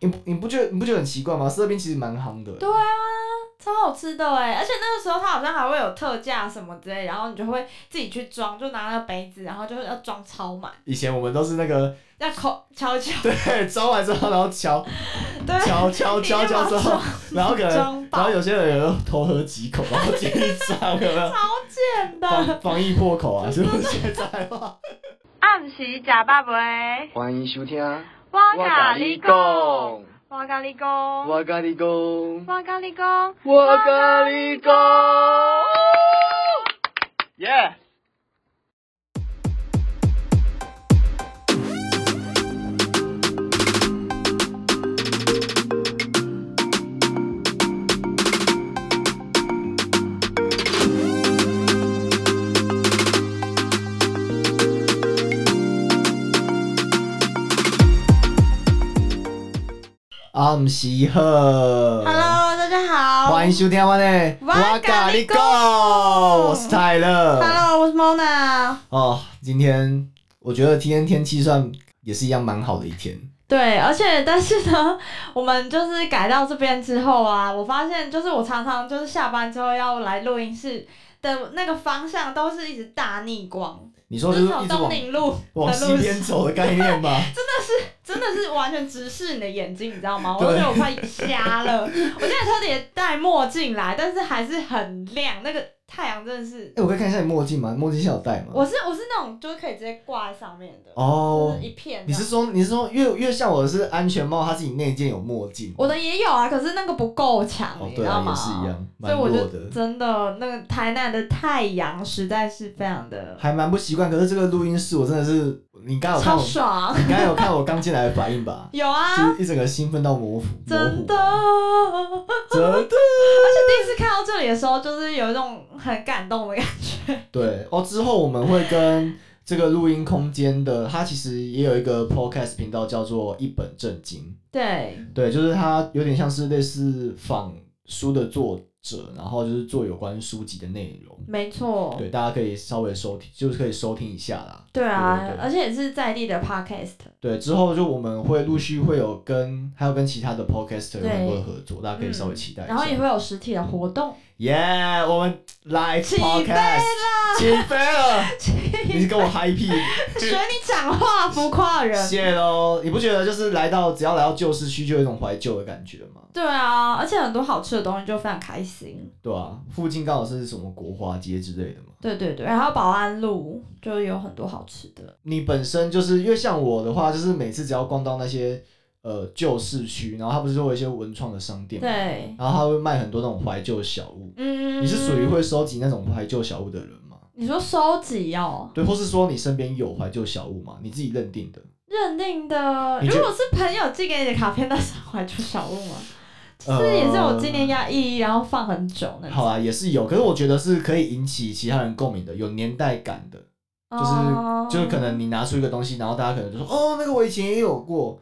你不你不觉得你不觉得很奇怪吗？四合冰其实蛮夯的、对啊，超好吃的哎！而且那个时候它好像还会有特价什么之类，然后你就会自己去装，就拿那个杯子，然后就是要装超满，以前我们都是那个 要敲敲敲，对装完之后，然后敲对，敲敲敲你就把敲之后装，然后可能装然爆后，有些人有偷喝几口，然后继续唱， 有没有？超贱的。 防防疫破口啊，是不是 现在话？暗时假爸爸，欢迎收听，我我甲你讲，我咖喱公，我甲你讲，我咖喱公。我甲你讲，耶！暗时好 Hello，大家好。欢迎收听我的我甲你讲我是泰勒。 Hello，我是 Mona。哦，今天我觉得今天天气算也是一样蛮好的一天。对，而且但是呢，我们就是改到这边之后啊，我发现就是我常常就是下班之后要来录音室的那个方向都是一直大逆光，你就说就是是从一直东往宁路往的西路边上，走的概念 吧？真的是完全直视你的眼睛，你知道吗？我对都觉得我快瞎了。我现在特别戴墨镜来，但是还是很亮，那个太阳真的是哎、，我可以看一下你墨镜吗？墨镜现在有戴吗？我是我是那种就是可以直接挂在上面的，哦就是，一片这样。你是说你是说越越像我的是安全帽，它自己内件有墨镜。我的也有啊，可是那个不够强、哦你知对道啊，吗？也是一样，所以蛮我弱就的，真的那个台南的太阳实在是非常的还蛮不习惯。可是这个录音室我真的是，你刚有看超我，爽，？你刚有看我刚进来的反应吧 有就啊，是一整个兴奋到模糊，模真糊的。而真的，且第一次看到这里的时候，就是有一种很感动的感 觉。对哦。之后我们会跟这个录音空间的，它其实也有一个 podcast 频道，叫做一本正经。对，对，就是它有点像是类似仿书的作者，然后就是做有关书籍的内容。没错，对，大家可以稍微收听，就是可以收听一下啦。对对啊对，对而且也是在地的 podcast。对，之后就我们会陆续会有跟还有跟其他的 podcaster 有对很多的合作，大家可以嗯稍微期待一下。然后也会有实体的活动， Yeah，我们 live 起飞 podcast 起飞了， 你是跟我嗨屁？学你讲话浮夸的人。谢喽！你不觉得就是来到只要来到旧市区，就有一种怀旧的感觉吗？对啊，而且很多好吃的东西就非常开心。对啊，附近刚好是什么国华街之类的嘛。对对对，然后保安路就有很多好吃的。你本身就是因为像我的话，就是每次只要逛到那些呃旧市区，然后它不是都有一些文创的商店嘛，对，然后它会卖很多那种怀旧小物。嗯，你是属于会收集那种怀旧小物的人吗？你说收集哦，对，或是说你身边有怀旧小物吗？你自己认定的？认定的。你如觉果是朋友寄给你的卡片，那是怀旧小物吗？就呃是也是我纪念压抑，然后放很久那好种。啦，也是有，可是我觉得是可以引起其他人共鸣的，有年代感的，就是、哦就是可能你拿出一个东西，然后大家可能就说哦，那个我以前也有过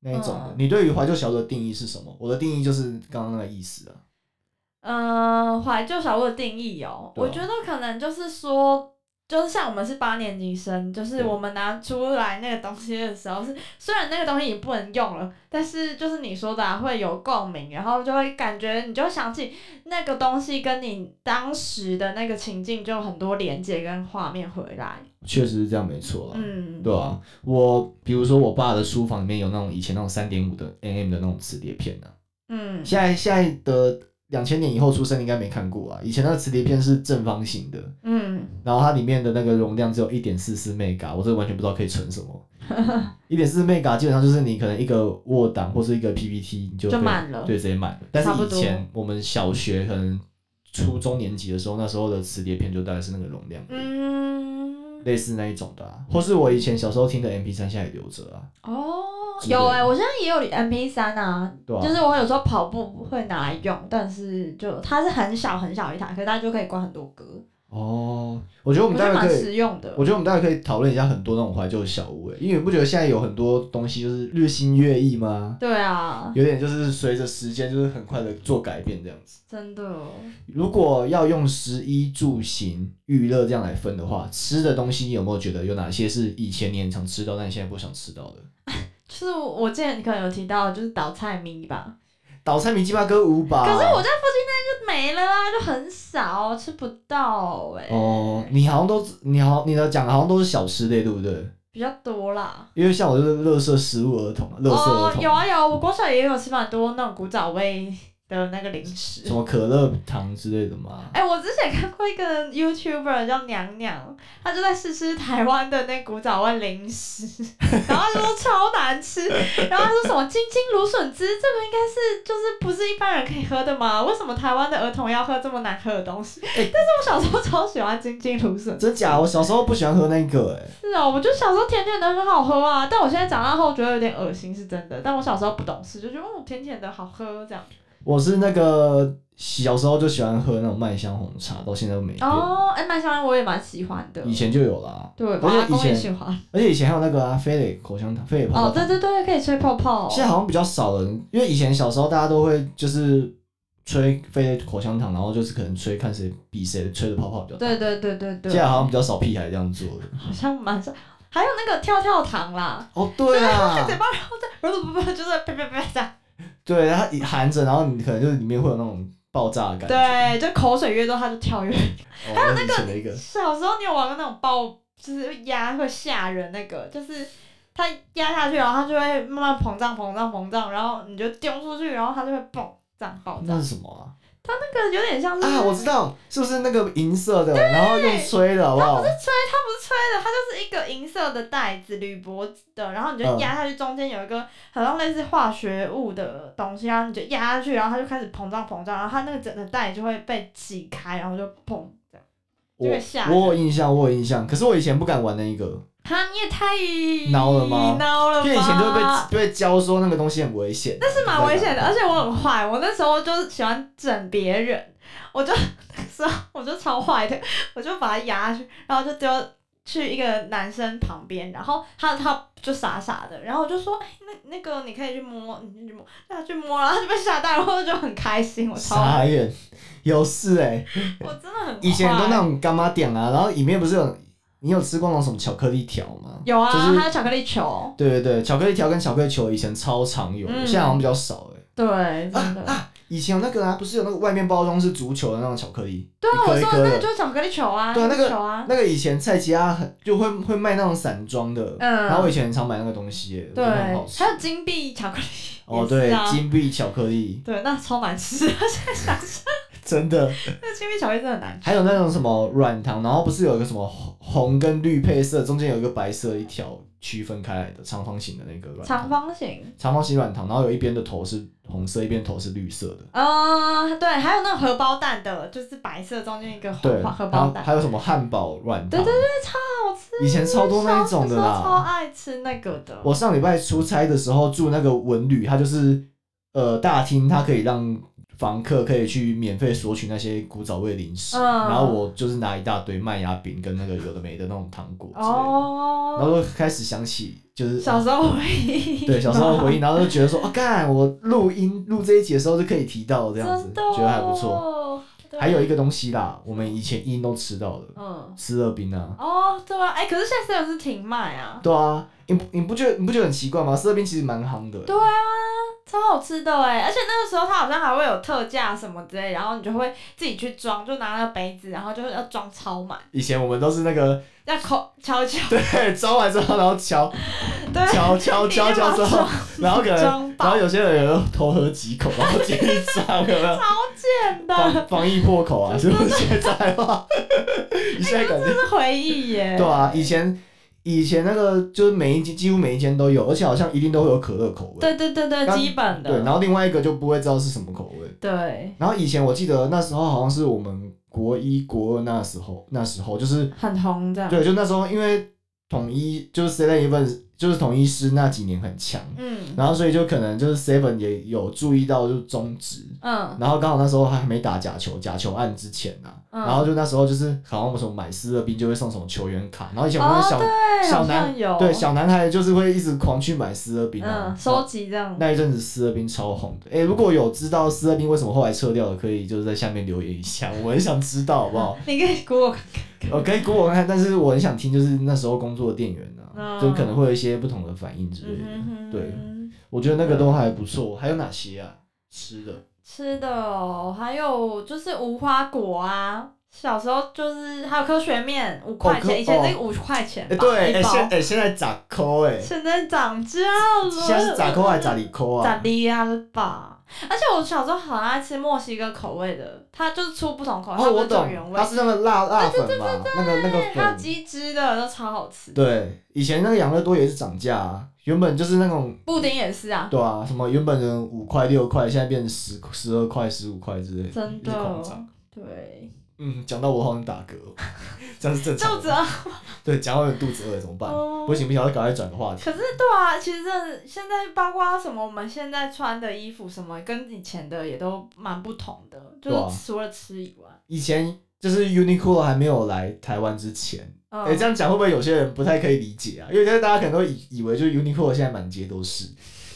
那一种的。嗯你对于怀旧小物的定义是什么？我的定义就是刚刚那个意思啊。呃，怀旧小物的定义哦，对啊我觉得可能就是说，就是像我们是八年级生，就是对我们拿出来那个东西的时候是，虽然那个东西已经不能用了，但是就是你说的、啊、会有共鸣，然后就会感觉你就会想起那个东西跟你当时的那个情境就有很多连接跟画面回来。确实是这样，没错啊。嗯，对啊，我比如说我爸的书房里面有那种以前那种三点五的 mm 的那种磁碟片啊，嗯，现在现在的两千年以后出生的应该没看过啊，以前那个磁碟片是正方形的，嗯，然后它里面的那个容量只有一点四四 mega，我这完全不知道可以存什 么。一点四 mega 基本上就是你可能一个 Word 档或是一个 PPT 你就可以就满了对，直接满了。但是差不以多前我们小学可能初中年级的时候，那时候的磁碟片就大概是那个容量，嗯，类似那一种的、啊，或是我以前小时候听的 MP 三现在也留着啊，哦，之类的有哎、我现在也有 M P 三啊，对吧、就是我有时候跑步会拿来用，但是就它是很小很小一台，可是它就可以关很多歌，哦，我觉得我我们觉待会得蛮可以。实用的我。觉得我们待会可以讨论一下很多那种怀旧的小物、欸，因为你不觉得现在有很多东西就是日新月异吗？对啊，有点就是随着时间就是很快的做改变这样子。真的哦，如果要用食衣住行娱乐这样来分的话，吃的东西你有没有觉得有哪些是以前你很常吃到，但你现在不想吃到的？就就是我之前可能有提到，就是倒菜咪吧，倒菜米鸡巴哥五把。可是我在附近那就没了啊，就很少吃不到哎、哦，你好像都你好，你的讲的好像都是小吃类，对不对？比较多啦。因为像我就是垃圾食物儿童，垃圾儿哦，童，有啊有啊，我国小也有吃蛮多那种古早味的那个零食什。么可乐糖之类的嘛。哎、我之前看过一个 YouTuber 叫娘娘，她就在试吃台湾的那古早味零食，然后她说超难吃，然后她说什么金金芦笋汁，这个应该是就是不是一般人可以喝的吗？为什么台湾的儿童要喝这么难喝的东西？但是我小时候超喜欢金金芦笋，真假？我小时候不喜欢喝那个、欸，是哦，我就小时候甜甜的很好喝啊，但我现在长大后觉得有点恶心，是真的。但我小时候不懂事，就觉得哦甜甜的好喝这样。我是那个小时候就喜欢喝那种麦香红茶，到现在都没变。哦，哎、麦香烟我也蛮喜欢的。以前就有啦，对，我而且阿以公也前喜欢。而且以前还有那个啊，飞磊口香糖，飞磊泡泡哦，糖对对对，可以吹泡泡。哦现在好像比较少人，因为以前小时候大家都会就是吹飞口香糖，然后就是可能吹看谁比谁吹的泡泡比较大。对对对对对，现在好像比较少屁孩这样做了。好像蛮少。还有那个跳跳糖 啦，哦，对啦嘴，巴然后再，不不不，就是啪啪啪这样。对，它一含着，然后你可能就是里面会有那种爆炸的感觉。对，就口水越多它就跳越。哦，还有那个一个，小时候你有玩过那种爆，就是压会吓人那个，就是它压下去，然后它就会慢慢膨胀、膨胀、膨胀，然后你就丢出去，然后它就会蹦，这样爆炸那。是什么啊？它那个有点像是啊，我知道，是不是那个银色的，然后用吹的，好不啊好？它不是吹的，它就是一个银色的袋子，铝箔的，然后你就压下去，中间有一个好像类似化学物的东西，然后你就压下去，然后它就开始膨胀膨胀，然后它那个整个袋就会被挤开，然后就砰这样。我这个吓人我有印象，我有印象，可是我以前不敢玩那一个，哈，你也太孬了吗孬了吧？因为以前就会被被教说那个东西很危险，啊是蛮 危险的，而且我很坏，我那时候就是喜欢整别人，我就那时候 我就超坏的，我就把他压下去，然后就丢去一个男生旁边，然后他他就傻傻的，然后我就说，哎、那那个你可以去摸，你去摸，让他去摸，然后他就被吓到，然后就很开心，我超傻眼，有事哎、我真的很坏以前都那种干妈店啊，然后里面不是有你有吃过那种什么巧克力条吗？有啊，就是还有巧克力球，对对对，巧克力条跟巧克力球以前超常有，嗯现在好像比较少哎、对，真的，啊啊，以前有那个啊，不是有那个外面包装是足球的那种巧克力，对啊，一我颗一说颗的那个的。就是巧克力球啊，对啊那个球啊，那个以前蔡奇亚很就会会卖那种散装的，嗯然后我以前很常买那个东西、欸，我觉对，得很好吃还。有金币巧克力，哦，也对是啊，金币巧克力对，那超难吃。现在想想，真的，那金币巧克力真的很难吃。还有那种什么软糖，然后不是有一个什么红红跟绿配色，中间有一个白色一条区分开来的长方形的那 个软糖长，方形，长方形软糖，然后有一边的头是红色，一边头是绿 色的。呃，对，还有那种荷包蛋的，就是白色中间一个对，红花荷然包后蛋，还有什么汉堡软糖？对对对，好吃，以前超多那一种的小时候超啦。爱吃那个的。我上礼拜出差的时候住那个文旅，它就是呃大厅，它可以让房客可以去免费索取那些古早味零食，嗯然后我就是拿一大堆麦芽饼跟那个有的没的那种糖果之类的，然哦，后就开始想起就是啊小时候回忆，对小时候的回忆，然后就觉得说啊，干我录音录这一集的时候就可以提到这真样子，的哦觉得还不错。。对还有一个东西啦，我们以前一定都吃到的，嗯，湿热冰啊。哦，对啊，哎，可是现在是不是停卖啊？对啊，你不你不觉得你不觉得很奇怪吗？湿热冰其实蛮夯的。对啊，超好吃的哎！而且那个时候它好像还会有特价什么之类，然后你就会自己去装，就拿那个杯子，然后就是要装超满，以前我们都是那个，要口敲一敲对，装完之后然后 敲对，敲敲你敲就把敲之后装，然后可能装然饱后，有些人又偷喝几口，然后继续装， 有没有？超贱的，防防疫破口啊，是不是现在话？ 你 现在感觉这是回忆耶。对啊，以前以前那个就是每一间几乎每一间都有，而且好像一定都会有可乐口味。对对对对，刚基本对，的，然后另外一个就不会知道是什么口味。对，然后以前我记得那时候好像是我们国一国二那时候，那时候就是很红这样。对，就那时候因为统一就是 Seven Eleven 就是统一师那几年很强，嗯然后所以就可能就是 Seven 也有注意到就是中职，嗯然后刚好那时候还没打假球，假球案之前呐、嗯然后就那时候就是好像我们什么买湿热冰就会送什么球员卡，然后以前我们哦，小、对，小好男像有对小男孩就是会一直狂去买湿热冰啊，哦嗯收集这样。那一阵子斯乐冰超红的，哎、如果有知道斯乐冰为什么后来撤掉的，可以就是在下面留言一下，我很想 知道，好不好？哦你可以给我看看。我可以给我看看，但是我很想听，就是那时候工作的店员啊，嗯就可能会有一些不同的反应之类嗯的。哼哼对，我觉得那个都还不错。还有哪些啊？吃的吃的哦，还有就是无花果啊。小时候就是还有科学面，五块科钱，以前哦是五块钱吧，哎、对，哎、一包。现哎、现在咋抠哎？现在涨价了，现在是咋抠还是咋里抠咋啊？的呀吧？而且我小时候很爱吃墨西哥口味的，它就是出不同口味，它哦，不我是走懂原，味它，是那个辣辣粉啊嘛，那个那个还有粉。鸡汁的都超好吃。对，以前那个养乐多也是涨价啊，原本就是那种布丁也是啊，对啊，什么原本人五块六块，现在变成十十二块、十五块之类的，真一直狂涨的。哦对，嗯，讲到我好像打嗝哦， 这样是正就常只的。要对，讲到有点肚子饿怎么办？啊哦不行不行，要赶快转个话题。可是对啊，其实真的现在包括什么，我们现在穿的衣服什么，跟以前的也都蛮不同的，就对啊是除了吃以外，以前就是 Uniqlo 还没有来台湾之前，嗯，哎、这样讲会不会有些人不太可以理解啊？因为现在大家可能都以以为就是 Uniqlo 现在满街都是，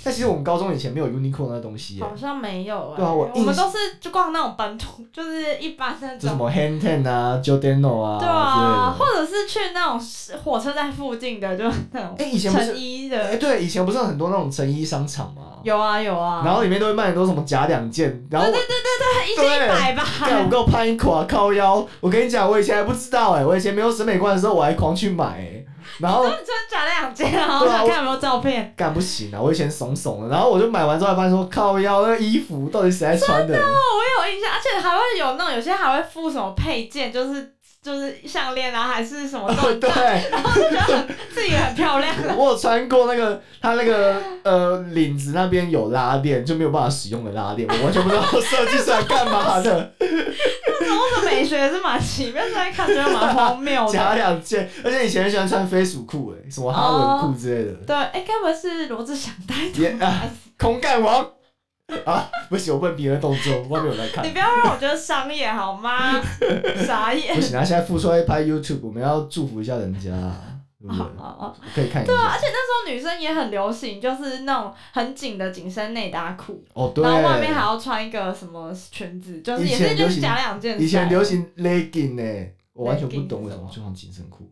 但其实我们高中以前没有 Uniqlo 那东西、耶好像没有哎、对啊我印们都是就逛那种本土，就是一般那就什种。么 Hand Ten 啊、Jordano 啊对啊，之类或的。者是去那种火车站附近的，就那种哎、以前不成是衣哎、的，对，以前不是有很多那种成衣商场吗？有啊有啊。然后里面都会卖很多什么假两件，然后啊我一件一百吧， 干我给我拍一垮靠腰。我跟你讲，我以前还不知道哎、我以前没有审美观的时候，我还狂去买、欸，然后穿假两件，然后对啊想我看有没有照片。干不行啊，我以前怂怂的，然后我就买完之后还发现说靠腰那个衣服到底谁在穿的？ 哦，我有印象，而且还会有那种有些还会附什么配件，就是就是项链啊，还是什么 缎带，对，然后就觉得很自己很漂亮。我有穿过那个它那个呃领子那边有拉链，就没有办法使用的拉链，我完全不知道设计出来干嘛 的，这个美学也是蛮奇妙，现在看觉得蛮荒谬假的。两件，而且以前很喜欢穿飞鼠裤哎、什么哈伦裤之类的。对，哎、该不会是罗志祥带也的？啊，空干王啊！不行，我问别人动作，外面有人看你。不要让我觉得商业好吗？傻眼不。行，他现在复出来拍 YouTube，我们要祝福一下人家啊，对不哦对？哦哦！可以看一下。而且那时候女生也很流行，就是那种很紧的紧身内搭裤，哦，对然，后外面还要穿一个什么裙子，就是也以是前就流是行假两件。啊以前流行 legging 呢，我完全不 Legging 懂是为什什么么就穿紧身裤。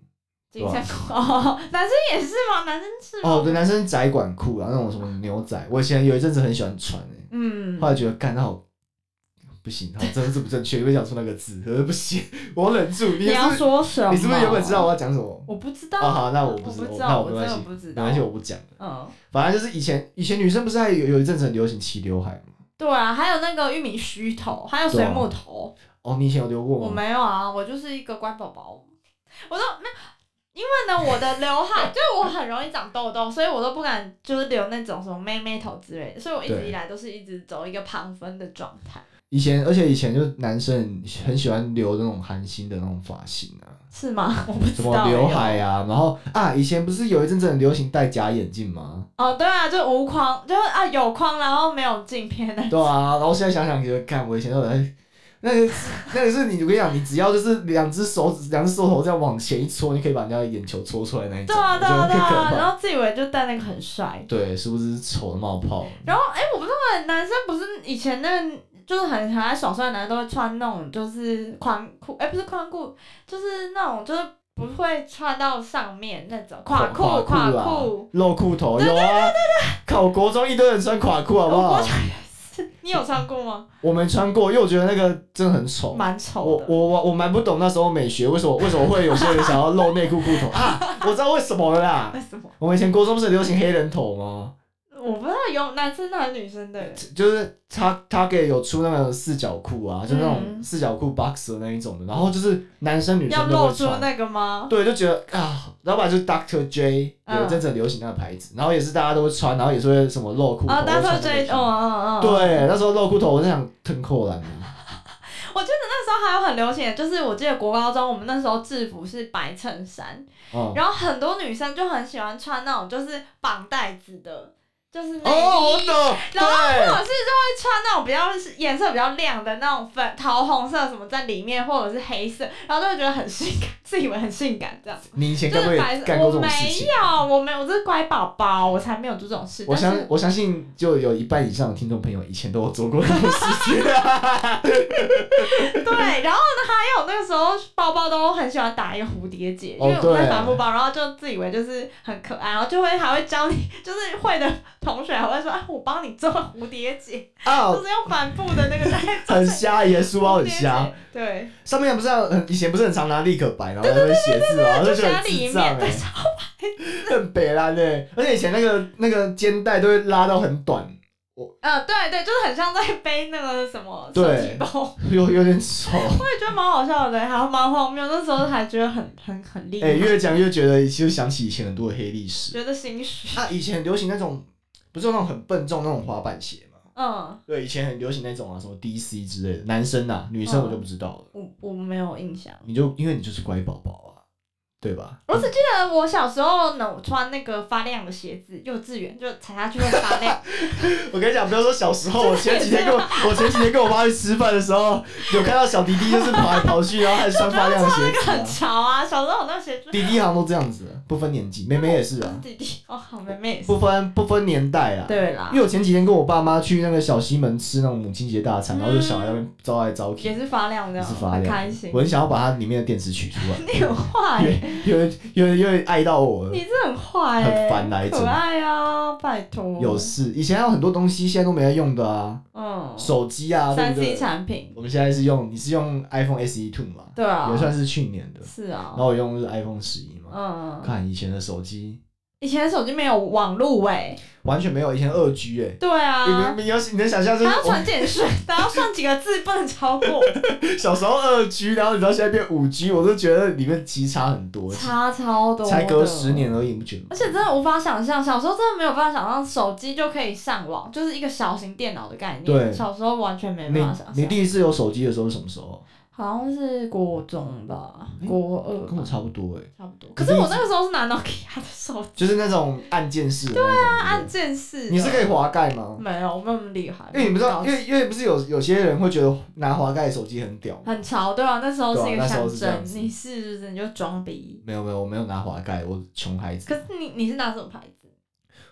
紧身裤，哦， 男生也是吗？男生是吗？哦，对，男生窄管裤啊，那种什么牛仔，我以前有一阵子很喜欢穿诶，嗯后，来觉得干到。不行，好，政治不正确，因为讲出那个字，呃，不行， 我忍住。你你是要不说什是么？你是不是原本知道我？要讲什么？我不知哦，道。好，那我我不知道，知那道，我没真关系的，不知没道。关系，我不讲了。嗯，反正就是以前以前女生不是还有有一阵子很流行齐刘海吗？对啊，还有那个玉米须头，还有水母头，哦，你以前有留我过吗？没有啊，我就是一个乖宝宝，我都没有。因为呢，我的刘海 就是我很容易长痘痘，所以我都不敢就是留那种什么妹妹头之类的，所以我一直对以来都是一直走一个旁分的状态，以前，而且以前就是男生很喜欢留那种韩星的那种发型啊，是吗？我不什知道、么欸。刘海啊，然后啊，以前不是有一阵子很流行戴假眼镜吗？哦，对啊，就无框，就是啊有框，然后没有镜片 的。对啊，然后现在想想，觉得干，我以前都在。那个是那个是你，我跟你讲，你只要就是两只手指、两只手头这样往前一戳，你可以把人家的眼球戳出来那一种，对啊，对啊，我觉对得很啊，可然怕。后自以为就戴那个很帅。对，是不是丑的冒泡？然后，哎、我不知道，男生不是以前那个就是很很爱耍帅的男生都会穿那种就是宽裤，哎、不是宽裤，就是那种就是不会穿到上面那种垮裤，垮垮啊裤。露裤头有啊，考国中一堆人穿垮裤，好不我好国？小也是，你有穿过吗？我没穿过，因为我觉得那个真的很丑。蛮我丑的。我我我蛮不懂那时候美学，为什么为什么会有些人想要露内裤裤头 啊？我知道为什么了啦为。什么？我们以前国中不是流行黑人头吗？我不知道有男生的还是女生的。就是他他给有出那个四角裤啊，就那种嗯四角裤 boxer 那一种的，然后就是男 生女要生都露会出穿。那个吗？对，就觉得啊，老板就是 Doctor J 有一阵子很流行那个牌子，然后也是大家都会穿，然后也是会什么露裤头。啊，大会穿家都那个追，裙哦哦哦，嗯对，那时候露裤头，我在想腾扣篮啊， 我记得那时候还有很流行的，就是我记得国高中我们那时候制服是白衬衫，哦，然后很多女生就很喜欢穿那种就是绑带子的，就是内衣，哦，我懂，然后或者对，是就会穿那种比较是颜色比较亮的那种粉桃红色什么在里面，或者是黑色，然后就会觉得很性感，自以为很性感这样。你以前就该不是会白也色，哎干过我这没种事情？有，我没有，我这是乖宝宝，我才没有做这种事。我但相是我相信就有一半以上的听众朋友以前都有做过这种事情。 对，然后呢，还有那个时候包包都很喜欢打一个蝴蝶结，因哦为我在对帆布包，然后就自以为就是很可爱，然后就会还会教你，就是会的同学还会说，啊，我帮你做蝴蝶结，啊就，是用帆布的那个袋 很子。瞎，以前书包蝴很蝶瞎结，，对，上面不是还有很以前不是很常拿立可白，然后在那边写字啊，然后就就觉得加很里智障面，哎但，是很北蓝哎，而且以前那个那个肩带都会拉到很短， 呃，对对，就是很像在背那个什么手对提包， 有有点丑。 我也觉得蛮好笑的，欸还蛮荒谬，那时候还觉得很很很厉害，哎，越讲越觉得，就想起以前很多的黑历史。觉得心虚，啊，以前很流行那种，不是有那种很笨重那种滑板鞋嘛？嗯，对，以前很流行那种啊，什么 DC 之类的，男生呐、女生我嗯就不知道了。我我没有印象。你就因为你就是乖宝宝啊，对吧？我只记得我小时候呢，我穿那个发亮的鞋子，幼稚园就踩下去会发 亮。啊我跟你讲，不要说小时候，我前几天 跟我啊我前几天跟我妈去吃饭的时候，有看到小迪迪就是跑来跑去，然后还穿发亮 的鞋那子、个很啊。潮啊，小时候我那个鞋子。迪迪好像都这样子，不分年纪，妹妹也是啊，弟弟哦，好妹妹也是。不分不分年代啊。对啦因，为我前几天跟我爸妈去那个小西门吃那种母亲节大餐，然后就小孩在那边招来招去，嗯也是发亮的，也是发很亮开心我。很想要把它里面的电池取出来。 你很 坏欸，有人有人有人爱到我了，你是很坏很欸，烦来着可爱啊，拜托。有事。以前还有很多东西，现在都没在用的啊，嗯，手机啊，对三不 C 对？产品，我们现在是用，你是用 iPhone SE Two 嘛？对啊也，算是去年的，是啊然，后我用的是 iPhone 十一嘛。嗯，看以前的手机以前手机没有网路哎，完全没有，以前二 G 哎。对你啊们，你有你能想象就还是要我传 简讯，然后算几个字不能超过，小时候二 G，然后你知道现在变五 G，我都觉得里面其实差很多，差超多，才隔十。年而已，你不觉得吗？而且真的无法想象，小时候真的没有办法想象手机就可以上网，就是一个小型电脑的概念。对小时候完全没办法想你你象。第一次有手机的时候是什么时候？好像是国中吧，诶国二跟我吧，差不多哎，差不多。可可是是我那个时候是拿 Nokia 的手机，就是那种按键式的那种。对不对啊按键式的。嗯你是可以滑盖吗？哦没有，我没有那么厉害。因为你不知道，没因有为因为不是有有些人会觉得拿滑盖手机很屌吗。很潮，对啊，那时候是对啊一个那时候象是这样征。子你是不是你就装逼？没有没有，我没有拿滑盖，我穷孩可子。是你你是拿什么牌子？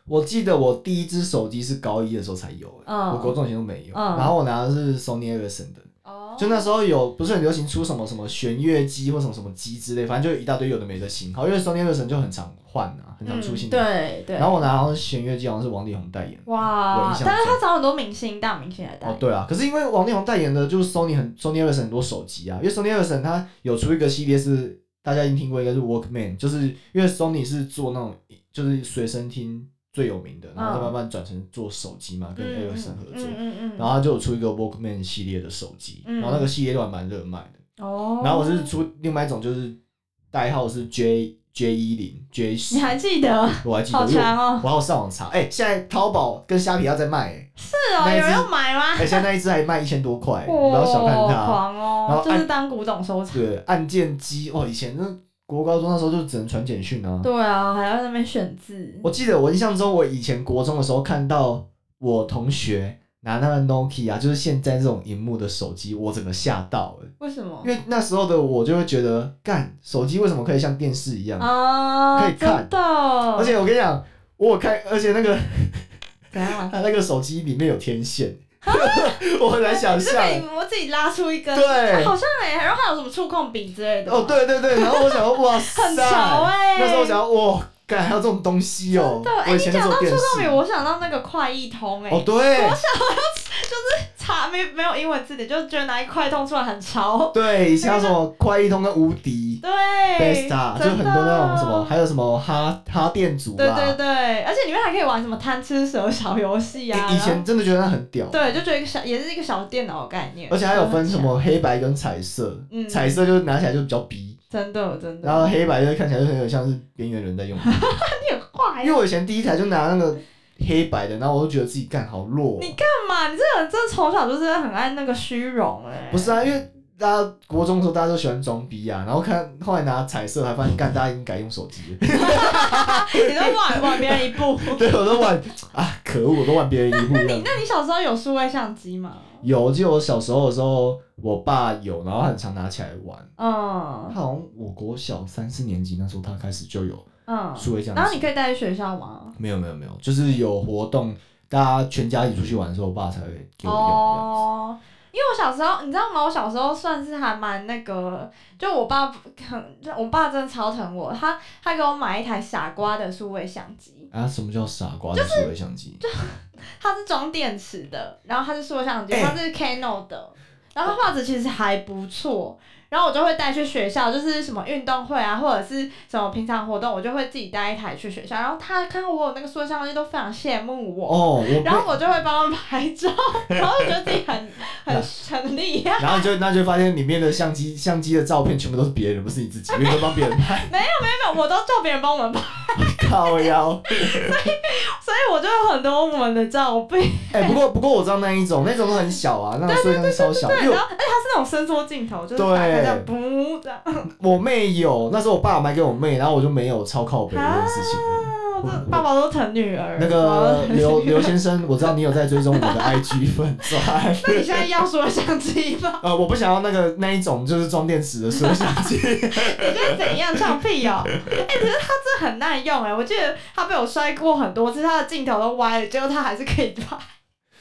我记得我第一只手机是高一的时候才有、欸，嗯我国中以前都没有。嗯然后我拿的是 Sony Ericsson 的，哦，就那时候有不是很流行出什么什么弦乐机或什么什么机之类，反正就有一大堆有的没的型号，因为 Sony Ericsson 就很常换啊，很常出新嗯的。对对。然后我拿好像是弦乐机，好像是王力宏代言。我哇印，象但是中他找很多明星、大明星来带哦，。对啊，可是因为王力宏代言的就是 Sony 很 Sony Ericsson 很多手机啊，因为 Sony Ericsson 它有出一个系列是大家一定听过，应该是 Walkman，就是因为 Sony 是做那种就是随身听最有名的，然后再慢慢转成做手机嘛，跟 Ericsson 合作，嗯嗯嗯嗯然后它就有出一个 Walkman 系列的手机，嗯然后那个系列都还蛮热卖的。哦，然后我是出另外一种就是代号是 J J 一零 J 十你，还 记得？我还记得，好因为强哦！我还有上网查，哎、现在淘宝跟虾皮要在卖、 哎。是哦，那一只有人要买吗？而且那一只还卖一千多块，哇不要小看它。狂然后哦，就按是当古董收藏。对，按键机哦，以前那国高中那时候就只能传简讯啊。对啊，还要在那边选字。我记得我印象中，我以前国中的时候看到我同学拿那个 Nokia，就是现在这种荧幕的手机，我整个吓到了，为什么因？为那时候的我就会觉得，干手机为什么可以像电视一样？啊，可以看真的。哦而而且我跟你讲，我有看，而且那个怎样啊？他那个手机里面有天线，我很难想就象可。以我自己拉出一根，对啊好像哎，然后还有什么触控笔之类的。哦，，对对对，然后我想说，哇塞，很潮哎。那时候我想要，哇，干还有这种东西哦、对，哎，我以你前那时讲到候触电视。控笔，我想到那个快易通哎哦，，对查没没有英文字典，就觉得拿一快通出来很潮。对，以前有什么快易通跟无敌、对 Besta，就啊真很的多那种什么，还有什么哈哈电组对吧。对对，而且里面还可以玩什么贪吃蛇小游戏啊，以以然前后真的觉得它很屌，对，就觉得一个小也是一个小电脑的概念，而且还有分什真的很强，么黑白跟彩色，嗯彩色就是拿起来就比较逼，真的真的，然后黑白就看起来就很有像是边缘人在用。你很坏因为我以前第一台就拿那个黑白的，然后我就觉得自己干好弱哦、你嘛，你这个人真的从小就是很爱那个虚荣哎，不是啊，因为大家国中的时候大家都喜欢装逼啊，然后看后来拿彩色，还发现干大家已经改用手机了， 你都晚晚别人一步，对，我都玩啊，可恶，我都晚别人一步。这样 那你小时候有数位相机吗？有，我记得我小时候的时候，我爸有，然后很常拿起来玩。他嗯好像我国小三四年级那时候，他开始就有嗯，数位相机。然后你可以带去学校吗？没有没有没有，就是有活动，大家全家一起出去玩的时候，我爸才会给我用。哦，因为我小时候，你知道吗？我小时候算是还蛮那个，就我爸很，我爸真的超疼我，他他给我买一台傻瓜的数位相机，这样子啊，什么叫傻瓜的数位相机？它是装电池的，然后它是数位相机，哎它是 Canon 的，然后它画质其实还不错。然后我就会带去学校，就是什么运动会啊，或者是什么平常活动，我就会自己带一台去学校。然后他看到我有那个数位相机，都非常羡慕我。哦，我被然后我就会帮他拍 照，然后觉得自己很很 很厉害。然后就那就发现里面的相机相机的照片全部都是别人，不是你自己，因为都帮别人拍。没 有，我都叫别人帮我们拍， 靠腰， 所以我就有很多我们的照片。 哎、不过不过我知道那一种，那种都很小啊，那种数位相机超小，因为然后，而且它是那种伸缩镜头，就是打开这样，不这样。啊我妹有，那时候我爸爸买给我妹，然后我就没有超靠北这件事情。啊，我这爸爸都疼女儿。那 个刘刘先生，我知道你有在追踪我的 IG 粉 钻， 那你现在要说相机吗？呃，我不想要那个那一种就是装电池的摄像机， 你觉得怎样？放屁哦！ 哎、可是它真的很耐用哎、我记得它被我摔过很多次，它的镜头都歪了，结果它还是可以拍，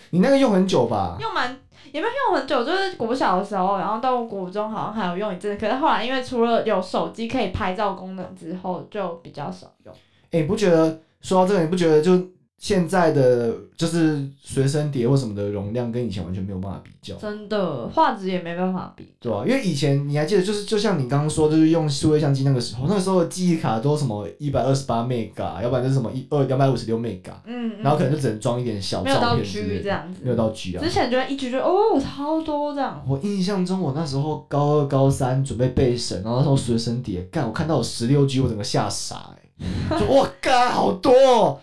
你那个用很久吧？ 用蛮也没有用很久，就是国小的时候，然后到国中好像还有用一阵，可是后来因为除了有手机可以拍照功能之后，就比较少用。哎、你不觉得说到这个，你不觉得就现在的就是随身碟或什么的容量跟以前完全没有办法比较，真的画质也没办法比。对吧、因为以前你还记得，就是就像你刚刚说，就是用数位相机那个时候，那个时候的记忆卡都什么一百二十八 mega，要不然就是什么一二两百五十六 mega，嗯，嗯然后可能就只能装一点小没有照到片之 G 类这的，样没有子。到 G 啊之。前就会一直觉得哦超多这样，我印象中，我那时候高二、高三准备背审，然后那时候随身碟，干，我看到有十六 G，我整个吓傻、欸，就哇，干，好多、哦！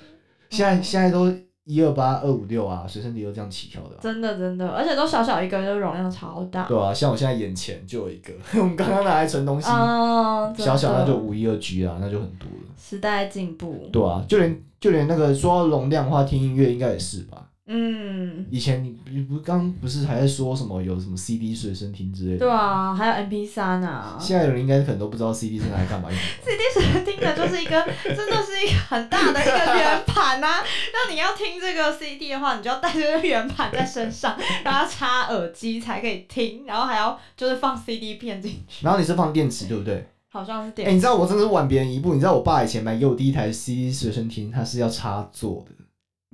现在现在都一二八、二五六啊，随身碟都这样起跳的啊、真的真的，而且都小小一个，就容量超大。对啊，像我现在眼前就有一个， 我们刚刚拿来存东西，嗯，真的小小那就五一二 G 啊，那就很多了，时代进步。对啊，就连就连那个说到容量的话，听音乐应该也是吧？嗯，以前你你不刚不是还在说什么有什么 CD 随身听之类的？对啊，还有 MP 三啊。现在有人应该可能都不知道 CD 是拿来干嘛用的。 CD 随听的就是一个，真的是一个很大的一个圆盘呐、啊。 那你要听这个 CD 的话，你就要带这个圆盘在身上，然后插耳机才可以听，然后还要就是放 CD 片进去，然后你是放电池对不对？好像是哎、点。你知道我真的是晚别人一步。你知道我爸以前买给我第一台 CD 随身听，它是要插座的，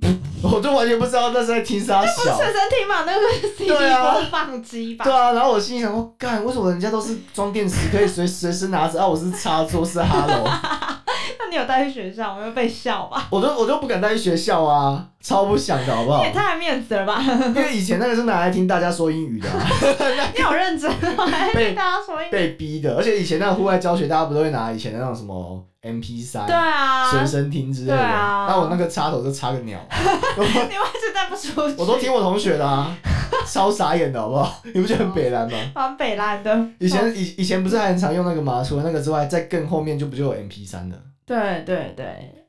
我就完全不知道那是在听啥小。随身听嘛，那个是 CD 对啊播放机吧？对啊，然后我心里想说，干，为什么人家都是装电池可以随随身拿着，啊，我是插座是 Hello， 那你有带去学校，我会被笑吧？我就我就不敢带去学校啊，超不想的好不好你也？太面子 了吧？因为以前那个是拿来听大家说英语的、 啊，你好认真哦，还被跟大家说一被逼的，而且以前那个户外教学，大家不都会拿以前的那种什么 MP 三、对啊，随身听之类的，对啊那我那个插头就插个鸟。你为什么带不出去？我都听我同学的 啊，超傻眼的好不好？你不觉得很北蓝吗？蛮北烂的。以前以以前不是还很常用那个吗？除了那个之外，在更后面就不就有 MP 三了。对对对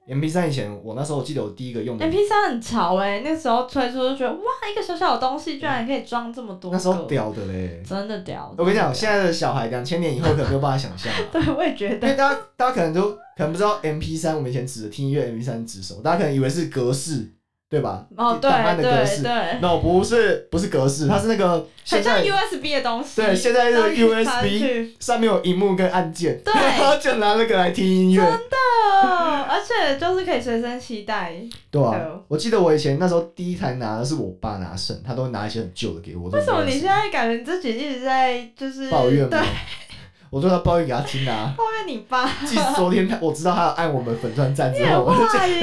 MP 三以前我那时候我记得我第一个用的， ，MP 三很潮哎、那时候推出就觉得哇，一个小小的东西居然可以装这么多那个，时候屌的嘞。真的屌。我跟你讲，真现在的小孩两千年以后可能没有办法想象 啊、的屌对我也觉因为得，大家大家可能都可能不知道 MP 三，我们以前指的听音乐 MP 三指什么，大家可能以为是格式，对吧？哦对档案的格对式。对， No，不是不是格式，它是那个很现像在 USB 的东西。对现在这的样一传 USB 去 上面有荧幕跟按键，对然后 就拿那个来听音乐。哦，而且就是可以随身携带，对啊，对我记得我以前那时候第一台拿的是我爸拿剩，他都会拿一些很旧的给我。我都为什么不知道你现什在感觉自己一直在就是抱怨对吗，？ 我对他抱怨给他听啊。抱怨你爸， 即使昨天他我知道他有按我们粉钻赞之你后，很我就坏耶！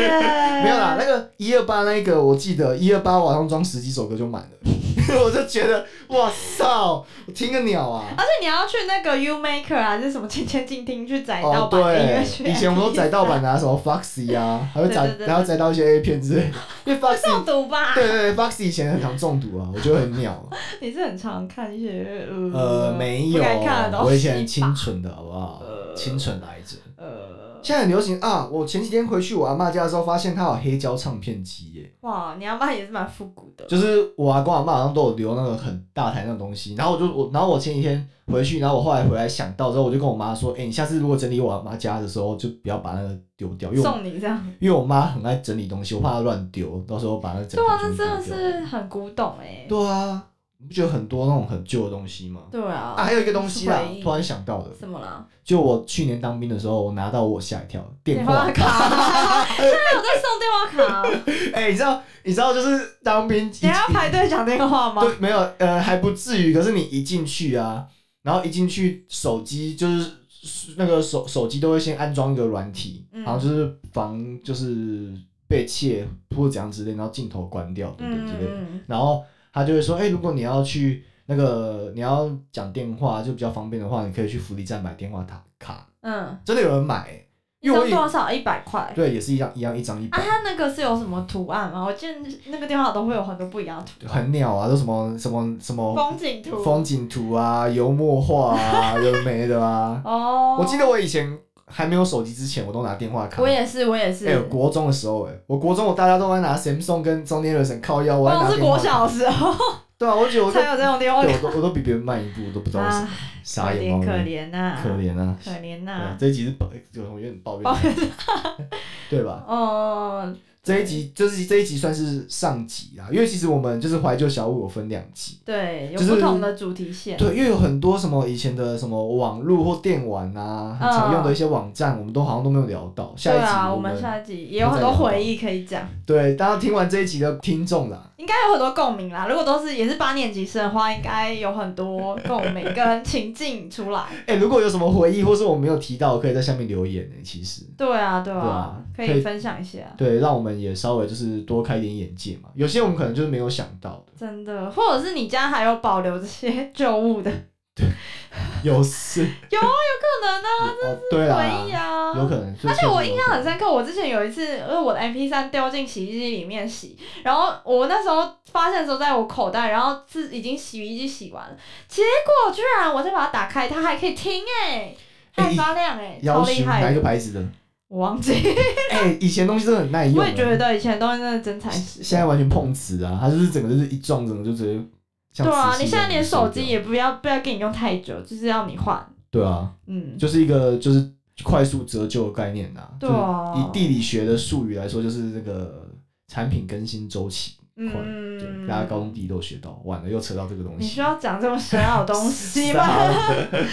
没有啦。那个一二八那一个，我记得一二八我好像装十几首歌就满了， 我就觉得哇操，我听个鸟啊！而且你要去那个 U Maker 啊，还是什么千千静听去载盗哦，版的音乐去对，以前我们都载盗版的、啊，什么 Foxy 啊，还会载对对，对啊然后载到一些 A 片之类的，因为 Foxy 中毒吧？对对对，Foxy 以前很常中毒啊，我觉得很鸟。你是很常看一些呃，没嗯不有该看的，东西吧我以前清纯的好不好？ 呃清纯来着，呃，了。现在很流行啊！我前几天回去我阿妈家的时候，发现她有黑胶唱片机耶，哇，你阿妈也是蛮复古的，就是我阿公阿妈好像都有留那个很大台那种东西。然后我就我，然后我前几天回去，然后我后来回来想到之后，我就跟我妈说：“哎、你下次如果整理我阿妈家的时候，就不要把那个丢掉，因为我送你这样。因为我妈很爱整理东西，我怕她乱丢，到时候把那整对个啊，全那部真的丢掉是很古董哎、对啊，你不觉得很多那种很旧的东西吗？对啊。啊，还有一个东西啊回，忆突然想到的，怎么了？就我去年当兵的时候，我拿到我吓一跳电话卡， 他有在送电话 卡哦、哎、你知道，你知道，就是当兵一，等一下排队讲电话吗？对，没有，呃，还不至于。可是你一进去啊，然后一进去，手机就是那个手手机都会先安装一个软体，嗯然后就是防就是被窃或者怎样之类，然后镜头关掉等等嗯之类的。嗯然后他就会说，哎、如果你要去那个你要讲电话就比较方便的话，你可以去福利站买电话卡卡。嗯，真的有人买、一因为我张以多少？一百块。对，也是一样一样一张一百啊，。它那个是有什么图案吗？我记得那个电话都会有很多不一样的图，很鸟啊，都什么什么什么风景图。风景图啊、油墨画 啊，有的没的啊。哦，我记得我以前还没有手机之前，我都拿电话卡。我也是，我也是。哎、我国中的时候、哎，我国中我大家都在拿 Samsung 跟 Sony Ericsson 靠腰，我还我拿哦是电话国卡小的时候对啊，我觉得我都才有这种电话对，卡，我都我都比别人慢一步，我都不知道为什么，傻有眼点猫可咪，怜呐，可怜啊。可怜对啊呐。这一集是抱，有有点抱抱怨，对吧？哦，这一集就是这一集算是上集啦，因为其实我们就是怀旧小物有分两集，对，有就是不同的主题线。对，因为有很多什么以前的什么网络或电玩啊，很常用的一些网站，我们都好像都没有聊到。下一嗯对集啊，我们,、们下一集也有很多回忆可以讲，对大家听完这一集的听众啦，应该有很多共鸣啦。如果都是也是八年级生的话，应该有很多共鸣跟情境出来。哎、如果有什么回忆或是我们没有提到，可以在下面留言呢、其实，对啊，对对啊啊，可可以以分享一下。对，让我们也稍微就是多开一点眼界嘛。有些我们可能就是没有想到 的，真的，或者是你家还有保留这些旧物的，有事啊不能啊，哦，对啦，回忆啊。有可能。而且我印象很深，深刻，我之前有一次，因为我的 MP 3丢进洗衣机里面洗，然后我那时候发现的时候在我口袋，然后是已经洗衣机洗完了，结果居然我再把它打开，它还可以听哎、 它还发亮哎、超要厉求哪害一个的！牌子 的？我忘记，哎、以前东西真的很耐用、啊我也觉。得以前东西真的真材实现在完全碰瓷啊，它就是整个就是一撞，整个就直接像对啊瓷，器一你现在样连收掉手机也不要不要给你用太久，就是要你换，对啊，嗯，就是一个就是快速折旧的概念啊。对啊就是以地理学的术语来说，就是这个产品更新周期。快对，嗯，大家高中地理都有学到，完了又扯到这个东你需西。要讲这么深奥的东 西吗？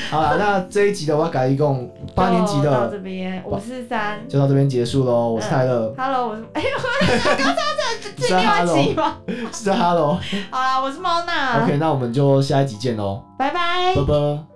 好了，那这一集的话，改一共八年级就到这的边，嗯我是三。就到这边结束喽。我是泰勒， Hello，我是哎，我这是另外一集吗？ 是 Hello。嗯好啦，我是猫娜 OK，那我们就下一集见喽，拜拜拜。拜。